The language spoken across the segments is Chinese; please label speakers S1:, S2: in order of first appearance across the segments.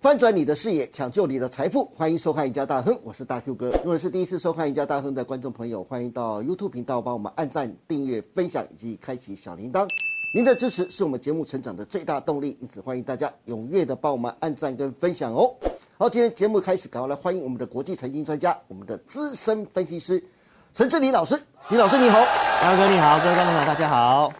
S1: 翻转你的视野，抢救你的财富，欢迎收看《赢家大亨》，我是大 Q 哥。如果是第一次收看《赢家大亨》的观众朋友，欢迎到 YouTube 频道帮我们按赞、订阅、分享以及开启小铃铛。您的支持是我们节目成长的最大动力，因此欢迎大家踊跃的帮我们按赞跟分享哦。好，今天节目开始，赶快来欢迎我们的国际财经专家，我们的资深分析师陈志林老师。李老师你好，
S2: 大哥你好，各位观众朋友大家好。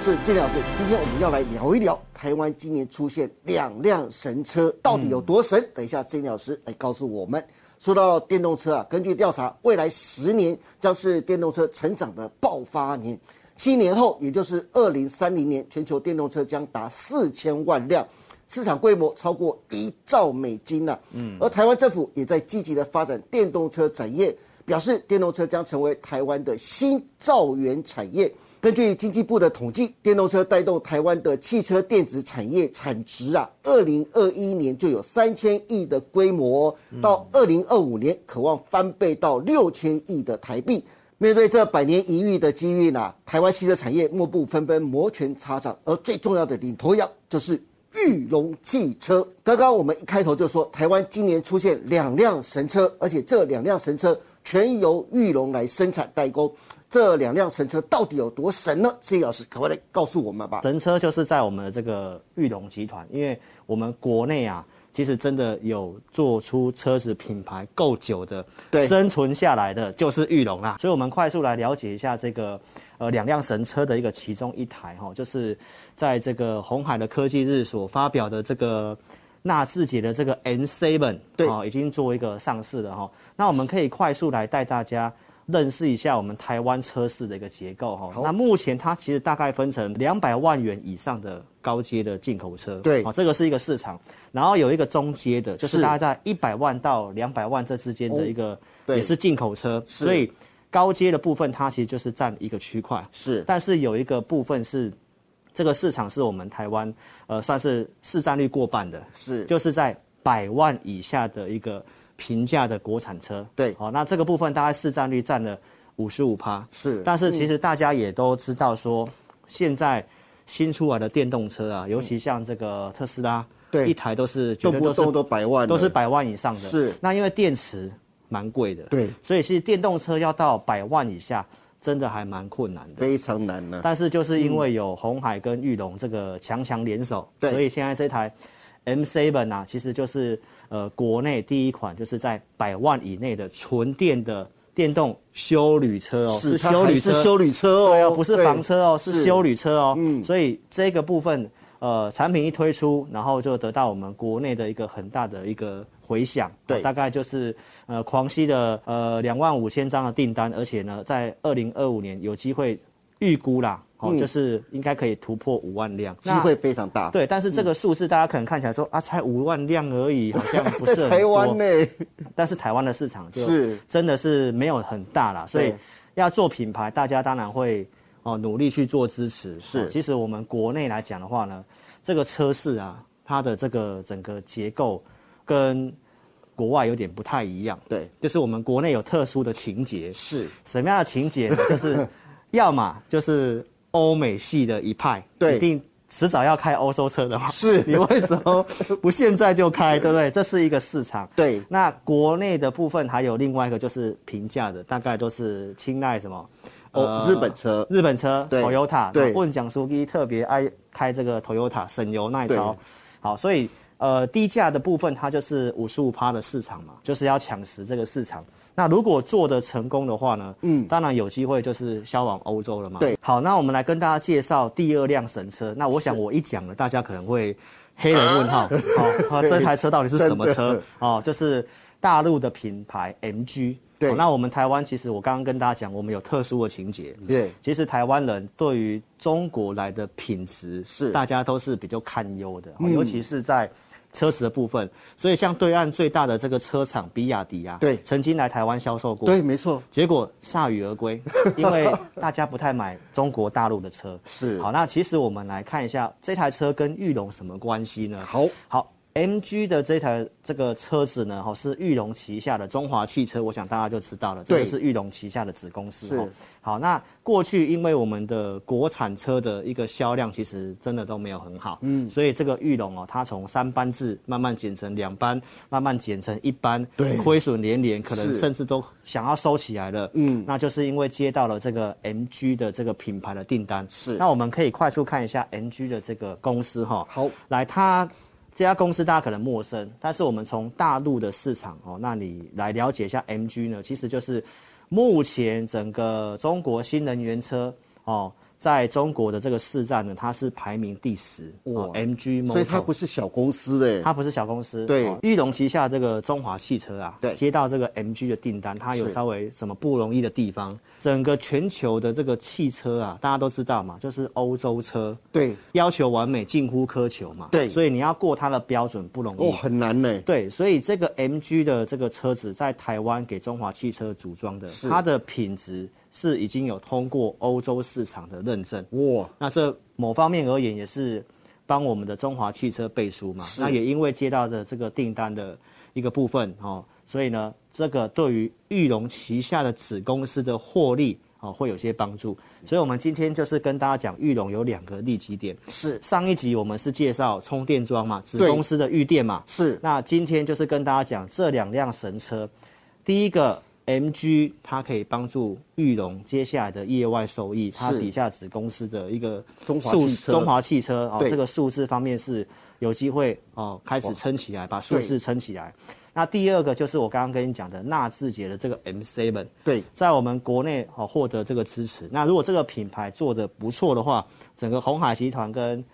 S1: 是金老师，今天我们要来聊一聊台湾今年出现两辆神车，到底有多神？等一下金老师来告诉我们。说到电动车啊，根据调查，未来十年将是电动车成长的爆发年。七年后，也就是二零三零年，全球电动车将达四千万辆，市场规模超过一兆美金呢、嗯，而台湾政府也在积极的发展电动车产业，表示电动车将成为台湾的新兆元产业。根据经济部的统计，电动车带动台湾的汽车电子产业产值啊，二零二一年就有三千亿的规模哦、到二零二五年渴望翻倍到六千亿的台币。面对这百年一遇的机遇呢，台湾汽车产业莫不纷纷摩拳擦掌，而最重要的领头羊就是玉龙汽车。刚刚我们一开头就说，台湾今年出现两辆神车，而且这两辆神车全由玉龙来生产代工。这两辆神车到底有多神呢？谢老师，可不可以告诉我们吧？
S2: 神车就是在我们的这个裕隆集团，因为我们国内啊，其实真的有做出车子品牌够久的，
S1: 对
S2: 生存下来的就是裕隆啦。所以，我们快速来了解一下这个呃两辆神车的一个其中一台哈、就是在这个红海的科技日所发表的这个。纳智捷的这个 N Seven
S1: 对
S2: 哦，已经做一个上市了哈、那我们可以快速来带大家认识一下我们台湾车市的一个结构哈、
S1: 好
S2: 那目前它其实大概分成两百万元以上的高阶的进口车，
S1: 对
S2: 哦，这个是一个市场，然后有一个中阶的，就是
S1: 是哦
S2: 大概在一百万到两百万这之间的一个、
S1: 对
S2: 也是进口车，所以高阶的部分它其实就是占一个区块，
S1: 是
S2: 但是有一个部分是。这个市场是我们台湾，呃，算是市占率过半的，
S1: 是，
S2: 就是在百万以下的一个平价的国产车。
S1: 对
S2: 好、那这个部分大概市占率占了五十五趴。
S1: 是嗯
S2: 但是其实大家也都知道说，现在新出来的电动车啊，尤其像这个特斯拉，
S1: 嗯对
S2: 一台都是绝
S1: 动
S2: 对
S1: 不
S2: 都
S1: 动
S2: 是
S1: 都百万了，
S2: 都是百万以上的。
S1: 是
S2: 那因为电池蛮贵的，
S1: 对，
S2: 所以其实电动车要到百万以下，真的还蛮困难的。
S1: 非常难呢、
S2: 但是就是因为有红海跟玉龙这个强强联手，
S1: 嗯对
S2: 所以现在这台 M7 啊，其实就是呃国内第一款就是在百万以内的纯电的电动休旅车哦，
S1: 它
S2: 休旅
S1: 还
S2: 车，
S1: 是修旅车哦，
S2: 对哦，不是
S1: 对
S2: 房车哦，是休旅车哦，
S1: 嗯
S2: 所以这个部分呃产品一推出，然后就得到我们国内的一个很大的一个。回响，哦
S1: 对
S2: 大概就是呃狂吸的呃两万五千张的订单，而且呢，在二零二五年有机会预估啦，哦，就是应该可以突破五万辆，
S1: 嗯机
S2: 那
S1: 会非常大。，
S2: 对，但是这个数字大家可能看起来说、啊，才五万辆而已，好像 不
S1: 在
S2: 是很
S1: 台湾
S2: 多
S1: 呢，
S2: 但是台湾的市场就是真的是没有很大啦，所以
S1: 对
S2: 要做品牌，大家当然会哦努力去做支持。
S1: 是
S2: 哦其实我们国内来讲的话呢，这个车市啊，它的这个整个结构跟国外有点不太一样，
S1: 对，
S2: 就是我们国内有特殊的情节，
S1: 是
S2: 什么样的情 节呢？就是要么就是欧美系的一派，
S1: 对
S2: 一定迟早要开欧洲车的嘛。
S1: 是
S2: 你为什么不现在就开？对不对？这是一个市场。
S1: 对
S2: 那国内的部分还有另外一个就是平价的，大概都是青睐什么？呃
S1: 哦日本车
S2: 日本车
S1: 对
S2: ，Toyota，
S1: 对
S2: 问讲书记特别爱开这个 Toyota 省油耐操
S1: 对，
S2: 好，所以呃低价的部分它就是五十五趴的市场嘛，就是要抢食这个市场。那如果做的成功的话呢，嗯，当然有机会就是销往欧洲了嘛。
S1: 对，
S2: 好，那我们来跟大家介绍第二辆神车。那我想我一讲了，大家可能会黑人 问号，好、哦，这台车到底是什么
S1: 真
S2: 车
S1: 的？
S2: 哦，就是大陆的品牌 MG。
S1: 对
S2: 好那我们台湾其实我刚刚跟大家讲，我们有特殊的情节。
S1: 对，
S2: 其实台湾人对于中国来的品质
S1: 是嗯
S2: 大家都是比较堪忧的，尤其是在车子的部分。所以像对岸最大的这个车厂比亚迪啊，
S1: 对
S2: 曾经来台湾销售过，
S1: 对，没错，
S2: 结果铩羽 而归，因为大家不太买中国大陆的车。
S1: 是
S2: 好，那其实我们来看一下这台车跟玉龙什么关系呢？
S1: 好，
S2: 好， MG 的这台这个车子呢，哈，是玉龙旗下的中华汽车，我想大家就知道了，这
S1: 对
S2: 个是玉龙旗下的子公司。
S1: 是
S2: 哈好，那过去因为我们的国产车的一个销量其实真的都没有很好，嗯，所以这个玉龙哦，它从三班制慢慢减成两班，慢慢减成一班，
S1: 对
S2: 亏损连连，可能
S1: 是
S2: 甚至都想要收起来了，嗯，那就是因为接到了这个 MG 的这个品牌的订单，
S1: 是
S2: 那我们可以快速看一下 MG 的这个公司哈、
S1: 好
S2: 来，它这家公司大家可能陌生，但是我们从大陆的市场哦那里来了解一下 MG 呢，其实就是目前整个中国新能源车哦，在中国的这个市占呢，它是排名第十
S1: 哇
S2: 哦，MG
S1: 所以它
S2: Motor
S1: 不是小公司哎、
S2: 它不是小公司，
S1: 对
S2: 哦裕隆旗下这个中华汽车啊，
S1: 对
S2: 接到这个 MG 的订单，它有
S1: 是
S2: 稍微什么不容易的地方？整个全球的这个汽车啊，大家都知道嘛，就是欧洲车
S1: 对，
S2: 要求完美，近乎苛求嘛，
S1: 对
S2: 所以你要过它的标准不容易。
S1: 哦，很难呢、
S2: 对，所以这个 MG 的这个车子在台湾给中华汽车组装的，它的品质是已经有通过欧洲市场的认证。
S1: 哇，
S2: 那这某方面而言也是帮我们的中华汽车背书嘛。
S1: 是
S2: 那也因为接到的这个订单的一个部分哦，所以呢，这个对于裕隆旗下的子公司的获利哦会有些帮助。所以我们今天就是跟大家讲，裕隆有两个利基点。
S1: 是
S2: 上一集我们是介绍充电桩嘛，子
S1: 对
S2: 公司的裕电嘛，
S1: 是
S2: 那今天就是跟大家讲这两辆神车，第一个 MG 它可以帮助裕隆接下来的业外收益，它
S1: 是
S2: 底下子公司的一个
S1: 中华
S2: 数
S1: 汽车
S2: 中华汽车哦，
S1: 对
S2: 这个数字方面是有机会哦开始撑起来，把数
S1: 对
S2: 字撑起来。那第二个就是我刚刚跟你讲的纳智捷的这个 M7，
S1: 对，
S2: 在我们国内哦获得这个支持。那如果这个品牌做的不错的话，整个红海集团跟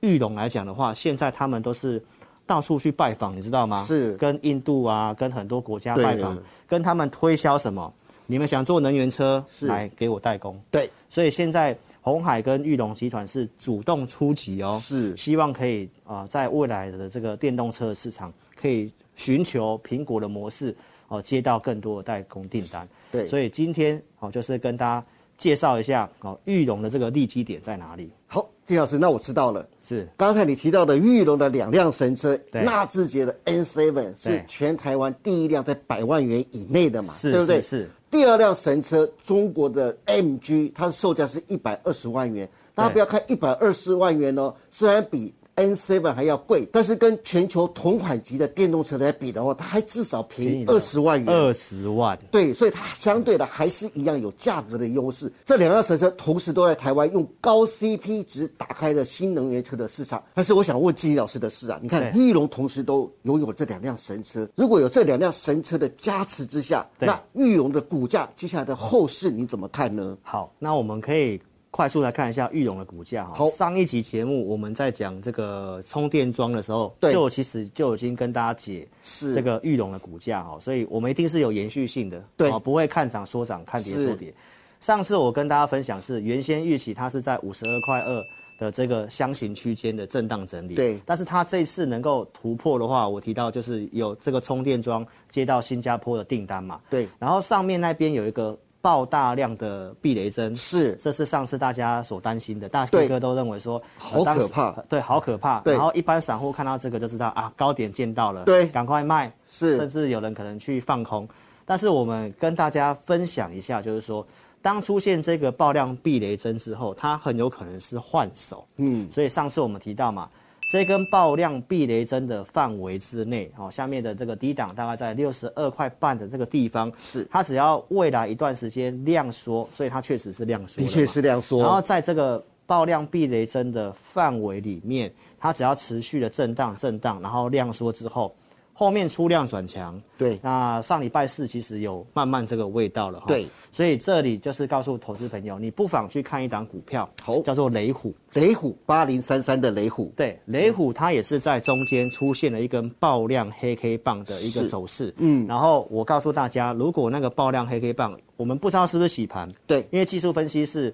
S2: 裕隆来讲的话，现在他们都是到处去拜访，你知道吗？
S1: 是
S2: 跟印度啊，跟很多国家
S1: 对
S2: 拜访，跟他们推销什么？你们想做能源车，
S1: 是
S2: 来给我代工。
S1: 对，
S2: 所以现在红海跟裕隆集团是主动出击哦，
S1: 是
S2: 希望可以啊、呃在未来的这个电动车市场可以寻求苹果的模式哦、接到更多的代工订单。
S1: 对
S2: 所以今天哦、就是跟大家介绍一下哦裕隆的这个利基点在哪里。
S1: 好，金老师，那我知道了。
S2: 是
S1: 刚才你提到的玉龙的两辆神车，
S2: 对
S1: 纳智捷的 N7 是全台湾第一辆在百万元以内的嘛，
S2: 是
S1: 对不对？
S2: 是是
S1: 第二辆神车，中国的 MG，它的售价是一百二十万元。大家不要看一百二十万元哦，虽然比 N7 还要贵，但是跟全球同款级的电动车来比的话，它还至少便宜二十万元。
S2: 二十万，
S1: 对，所以它相对的还是一样有价值的优势。这两辆神车同时都在台湾用高 CP 值打开了新能源车的市场。但是我想问金怡老师的是啊，你看
S2: 对
S1: 玉龙同时都拥有这两辆神车，如果有这两辆神车的加持之下，
S2: 对
S1: 那玉龙的股价接下来的后市你怎么看呢？
S2: 好，那我们可以快速来看一下裕隆的股价哈。
S1: 好
S2: 上一集节目我们在讲这个充电桩的时候，
S1: 对
S2: 就其实就已经跟大家解
S1: 是
S2: 这个裕隆的股价哈，所以我们一定是有延续性的，
S1: 对
S2: 哦不会看涨说涨，看跌说
S1: 是
S2: 跌。上次我跟大家分享是原先预期它是在五十二块二的这个箱型区间的震荡整理，
S1: 对
S2: 但是它这次能够突破的话，我提到就是有这个充电桩接到新加坡的订单嘛，
S1: 对
S2: 然后上面那边有一个爆大量的避雷针，
S1: 是
S2: 这是上次大家所担心的，大
S1: 对
S2: 哥哥都认为说呃
S1: 好
S2: 当时
S1: 可怕
S2: 呃对，好可怕。
S1: 对
S2: 然后一般散户看到这个就知道啊，高点见到了，
S1: 对
S2: 赶快卖，
S1: 是
S2: 甚至有人可能去放空。但是我们跟大家分享一下，就是说，当出现这个爆量避雷针之后，它很有可能是换手。嗯，所以上次我们提到嘛，这根爆量避雷针的范围之内，哦，下面的这个低档大概在六十二块半的这个地方，
S1: 是
S2: 它只要未来一段时间量缩，所以它确实是量缩的
S1: 的
S2: 嘛，
S1: 确是这样说。
S2: 然后在这个爆量避雷针的范围里面，它只要持续的震荡震荡，然后量缩之后，后面出量转强。
S1: 对
S2: 那上礼拜四其实有慢慢这个味道了哈。
S1: 对，
S2: 所以这里就是告诉投资朋友，你不妨去看一档股票，
S1: 好
S2: 叫做雷虎。
S1: 雷虎八零三三的雷虎，嗯
S2: 对，雷虎它也是在中间出现了一根爆量黑 K 棒的一个
S1: 是
S2: 走势。嗯，然后我告诉大家，如果那个爆量黑 K 棒，我们不知道是不是洗盘，
S1: 对
S2: 因为技术分析是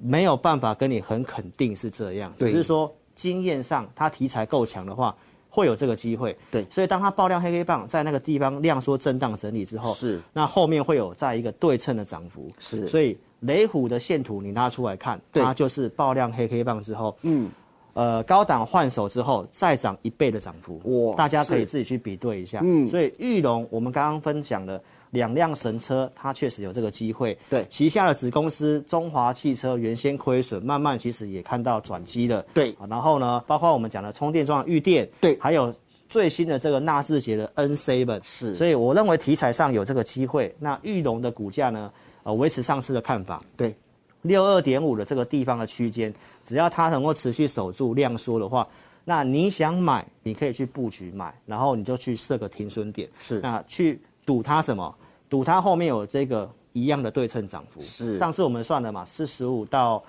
S2: 没有办法跟你很肯定是这样，只
S1: 对
S2: 是说经验上它题材够强的话。会有这个机会，
S1: 对
S2: 所以当它爆量黑 K 棒在那个地方量缩震荡整理之后，
S1: 是
S2: 那后面会有在一个对称的涨幅，
S1: 是
S2: 所以雷虎的线图你拉出来看，
S1: 对
S2: 它就是爆量黑 K 棒之后，嗯，呃高档换手之后再涨一倍的涨幅，
S1: 哇
S2: 大家可以
S1: 是
S2: 自己去比对一下。
S1: 嗯
S2: 嗯，所以玉龙我们刚刚分享的两辆神车，它确实有这个机会。
S1: 对
S2: 旗下的子公司中华汽车原先亏损，慢慢其实也看到转机了。
S1: 对
S2: 啊然后呢，包括我们讲的充电桩的预电，
S1: 对
S2: 还有。最新的这个纳智捷的 N Seven
S1: 是
S2: 所以我认为题材上有这个机会。那玉龙的股价呢，呃，维持上市的看法。
S1: 对，
S2: 六二点五的这个地方的区间，只要它能够持续守住量缩的话，那你想买，你可以去布局买，然后你就去设个停损点，
S1: 是
S2: 那去赌它什么？赌它后面有这个一样的对称涨幅。
S1: 是
S2: 上次我们算了嘛，四十五到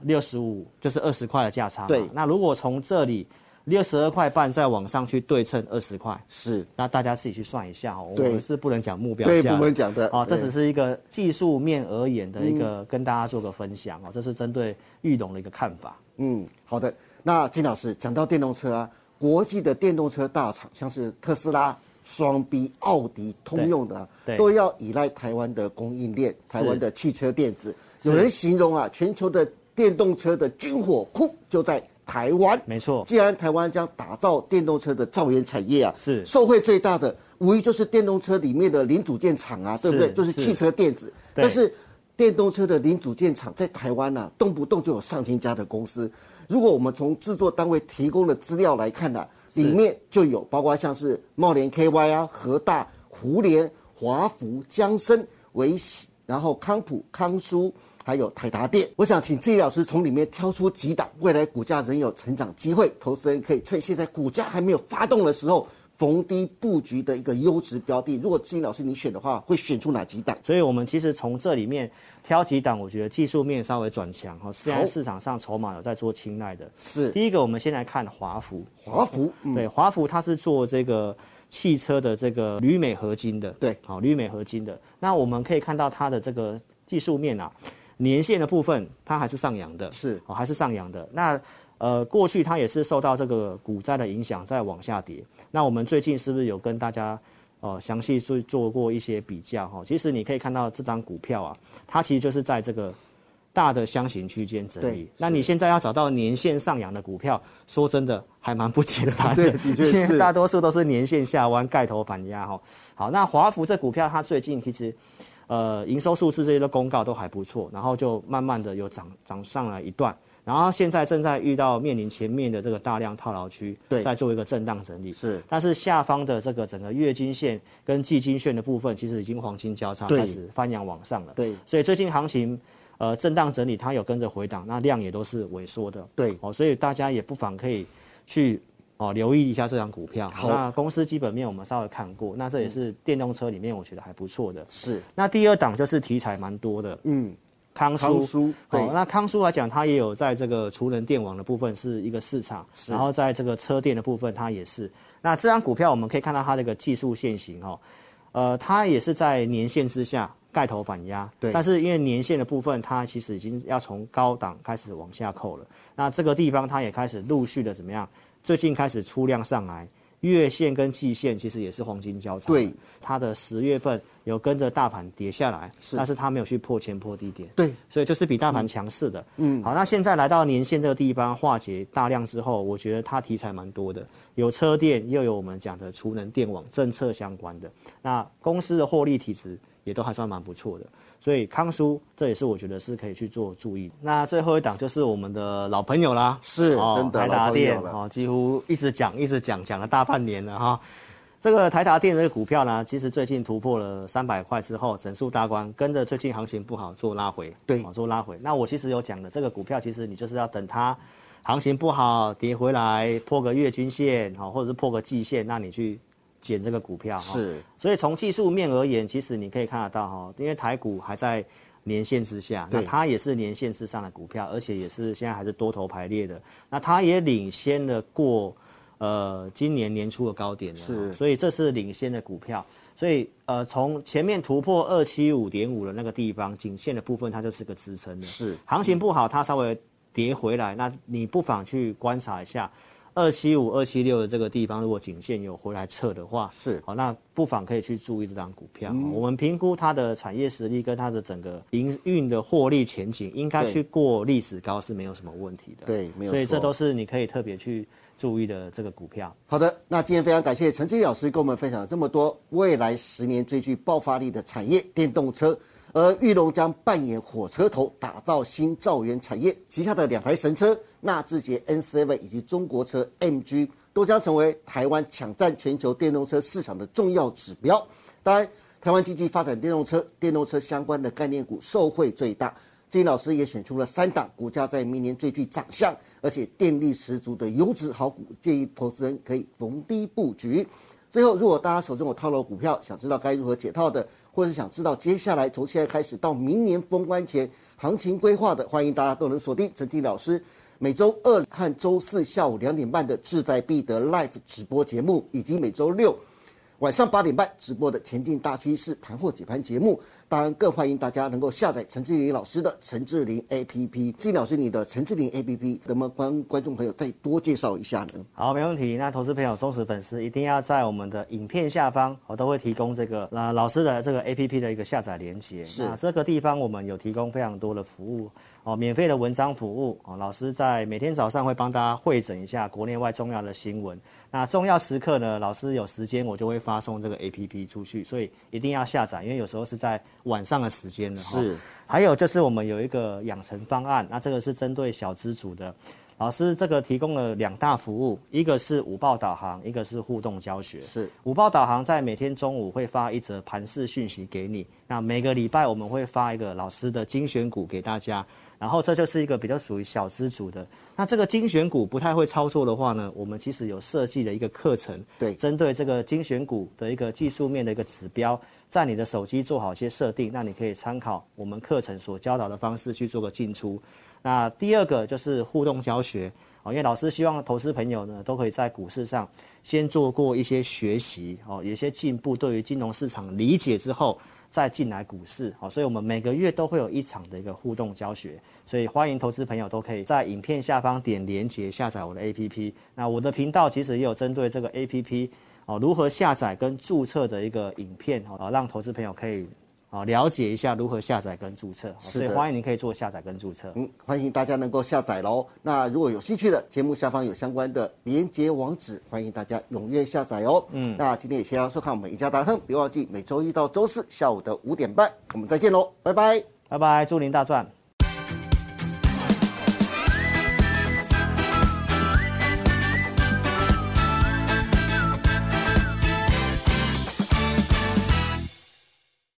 S2: 六十五就是二十块的价差嘛。
S1: 对
S2: 那如果从这里六十二块半再往上去对称二十块，
S1: 是
S2: 那大家自己去算一下哦，我
S1: 对
S2: 们是不能讲目标
S1: 对
S2: 价的，
S1: 不能讲的
S2: 哦，这
S1: 对嗯
S2: 只是一个技术面而言的一个跟大家做个分享哦，这是针对玉龙的一个看法。
S1: 嗯，好的。那金老师讲到电动车啊，国际的电动车大厂像是特斯拉、双 B、奥迪、通用的、啊，
S2: 对
S1: 都要依赖台湾的供应链，台湾的汽车电子。有人形容啊，全球的电动车的军火库就在台湾。
S2: 没错
S1: 既然台湾将打造电动车的造园产业啊，
S2: 是
S1: 受惠最大的，无疑就是电动车里面的零组件厂啊，对不对？
S2: 是
S1: 就是
S2: 是
S1: 汽车电子。
S2: 对
S1: 但是电动车的零组件厂在台湾呐、动不动就有上千家的公司。如果我们从制作单位提供的资料来看呢、啊里面就有包括像是茂联 KY 啊、和大、胡联、华福、江森、维喜，然后康普、康舒，还有台达电。我想请志毅老师从里面挑出几档未来股价仍有成长机会，投资人可以趁现在股价还没有发动的时候。逢低布局的一个优质标的，如果志毅老师你选的话，会选出哪几档？
S2: 所以我们其实从这里面挑几档，我觉得技术面稍微转强哈，虽
S1: 好
S2: 然市场上筹码有在做青睐的。
S1: 是
S2: 第一个，我们先来看华孚，
S1: 华孚，嗯，
S2: 对，华孚它是做这个汽车的这个铝镁合金的，
S1: 对
S2: 好，铝镁合金的。那我们可以看到它的这个技术面啊，年限的部分它还是上扬的，
S1: 是
S2: 哦，还是上扬的。那呃，过去它也是受到这个股灾的影响，在往下跌。那我们最近是不是有跟大家？呃，详细做做过一些比较哈，其实你可以看到这张股票啊，它其实就是在这个大的箱型区间整
S1: 对
S2: 理。那你现在要找到年线上扬的股票，说真的还蛮不简单
S1: 对
S2: 的，
S1: 的确是
S2: 因为大多数都是年线下弯盖头反压哈。好，那华孚这股票它最近其实。呃，营收数字这些的公告都还不错，然后就慢慢的有涨涨上来一段，然后现在正在遇到面临前面的这个大量套牢区，
S1: 对
S2: 在做一个震荡整理。
S1: 是
S2: 但是下方的这个整个月均线跟季均线的部分，其实已经黄金交叉
S1: 对
S2: 开始翻扬往上了。
S1: 对
S2: 所以最近行情呃震荡整理，它有跟着回档，那量也都是萎缩的。
S1: 对
S2: 哦，所以大家也不妨可以去哦留意一下这张股票。
S1: 好嗯
S2: 那公司基本面我们稍微看过，那这也是电动车里面我觉得还不错的。
S1: 是，
S2: 那第二档就是题材蛮多的，
S1: 嗯，
S2: 康
S1: 康
S2: 舒，
S1: 舒
S2: 好、
S1: 对
S2: 哦那康舒来讲，它也有在这个储能电网的部分是一个市场，然后在这个车电的部分它也是。那这张股票我们可以看到它这个技术线型哈、哦，呃，它也是在年线之下盖头反压，
S1: 对
S2: 但是因为年线的部分，它其实已经要从高档开始往下扣了。那这个地方它也开始陆续的怎么样？最近开始出量上来，月线跟季线其实也是黄金交叉。
S1: 对，
S2: 它的十月份有跟着大盘跌下来，但是它没有去破前破低点。
S1: 对，
S2: 所以就是比大盘强势的。嗯，好，那现在来到年线这个地方化解大量之后，我觉得它题材蛮多的，有车电，又有我们讲的储能电网政策相关的，那公司的获利体质也都还算蛮不错的。所以康叔，这也是我觉得是可以去做注意。那最后一档就是我们的老朋友啦，哦
S1: 是真的
S2: 台
S1: 老
S2: 达
S1: 朋友
S2: 电
S1: 了
S2: 哦，几乎一直讲一直讲，讲了大半年了哈、这个台达电这个股票呢，其实最近突破了三百块之后，整数大关，跟着最近行情不好做拉回，
S1: 对
S2: 哦做拉回。那我其实有讲的，这个股票其实你就是要等它行情不好跌回来，破个月均线，好、或者是破个季线，那你去捡这个股票。哈
S1: 是
S2: 所以从技术面而言，其实你可以看得到哈，因为台股还在年线之下，
S1: 对
S2: 那它也是年线之上的股票，而且也是现在还是多头排列的，那它也领先了过呃今年年初的高点了，
S1: 是
S2: 所以这是领先的股票。所以，呃，从前面突破二七五点五的那个地方颈线的部分，它就是个支撑的。
S1: 是
S2: 行情不好，它稍微跌回来，那你不妨去观察一下，二七五、二七六的这个地方，如果颈线有回来测的话，
S1: 是
S2: 好，那不妨可以去注意这张股票。
S1: 嗯
S2: 我们评估它的产业实力跟它的整个营运的获利前景，应该
S1: 对
S2: 去过历史高是没有什么问题的。
S1: 对没有
S2: 所以这
S1: 错
S2: 都是你可以特别去注意的这个股票。
S1: 好的，那今天非常感谢陈经理老师跟我们分享了这么多未来十年最具爆发力的产业电动车，而玉龙将扮演火车头，打造新造园产业。旗下的两台神车纳智捷 N7 以及中国车 MG 都将成为台湾抢占全球电动车市场的重要指标。当然，台湾经济发展电动车，电动车相关的概念股受惠最大。金老师也选出了三档股价在明年最具长相，而且电力十足的优质好股，建议投资人可以逢低布局。最后，如果大家手中有套牢股票，想知道该如何解套的，或是想知道接下来从现在开始到明年封关前行情规划的，欢迎大家都能锁定陈金老师每周二和周四下午两点半的志在必得 Live 直播节目，以及每周六晚上八点半直播的《前进大趋势盘货解盘》节目，当然更欢迎大家能够下载陈志林老师的陈志林 APP。志林老师，你的陈志林 APP 能不能帮观众朋友再多介绍一下呢？
S2: 好，没问题。那投资朋友、忠实粉丝一定要在我们的影片下方，我都会提供这个呃老师的这个 APP 的一个下载连接。
S1: 是
S2: 那这个地方我们有提供非常多的服务哦，免费的文章服务哦。老师在每天早上会帮大家会诊一下国内外重要的新闻。那重要时刻呢，老师有时间我就会发送这个 APP 出去，所以一定要下载，因为有时候是在晚上的时间了哈。
S1: 是
S2: 还有就是我们有一个养成方案，那这个是针对小资族的。老师这个提供了两大服务，一个是午报导航，一个是互动教学。
S1: 是
S2: 午报导航在每天中午会发一则盘式讯息给你，那每个礼拜我们会发一个老师的精选股给大家。然后这就是一个比较属于小资组的。那这个精选股不太会操作的话呢，我们其实有设计了一个课程，
S1: 对
S2: 针对这个精选股的一个技术面的一个指标，在你的手机做好一些设定，那你可以参考我们课程所教导的方式去做个进出。那第二个就是互动教学哦，因为老师希望投资朋友呢都可以在股市上先做过一些学习哦，有一些进步，对于金融市场理解之后。再进来股市，好，所以我们每个月都会有一场的一个互动教学，所以欢迎投资朋友都可以在影片下方点连结下载我的 APP。那我的频道其实也有针对这个 APP 哦，如何下载跟注册的一个影片哦，让投资朋友可以哦了解一下如何下载跟注册，哦
S1: 是
S2: 所
S1: 的
S2: 以欢迎您可以做下载跟注册。
S1: 嗯，欢迎大家能够下载喽。那如果有兴趣的，节目下方有相关的连接网址，欢迎大家踊跃下载哦。嗯，那今天也谢谢大家收看我们赢家大亨，别忘记每周一到周四下午的五点半，我们再见喽，拜拜。
S2: 拜拜，祝您大赚！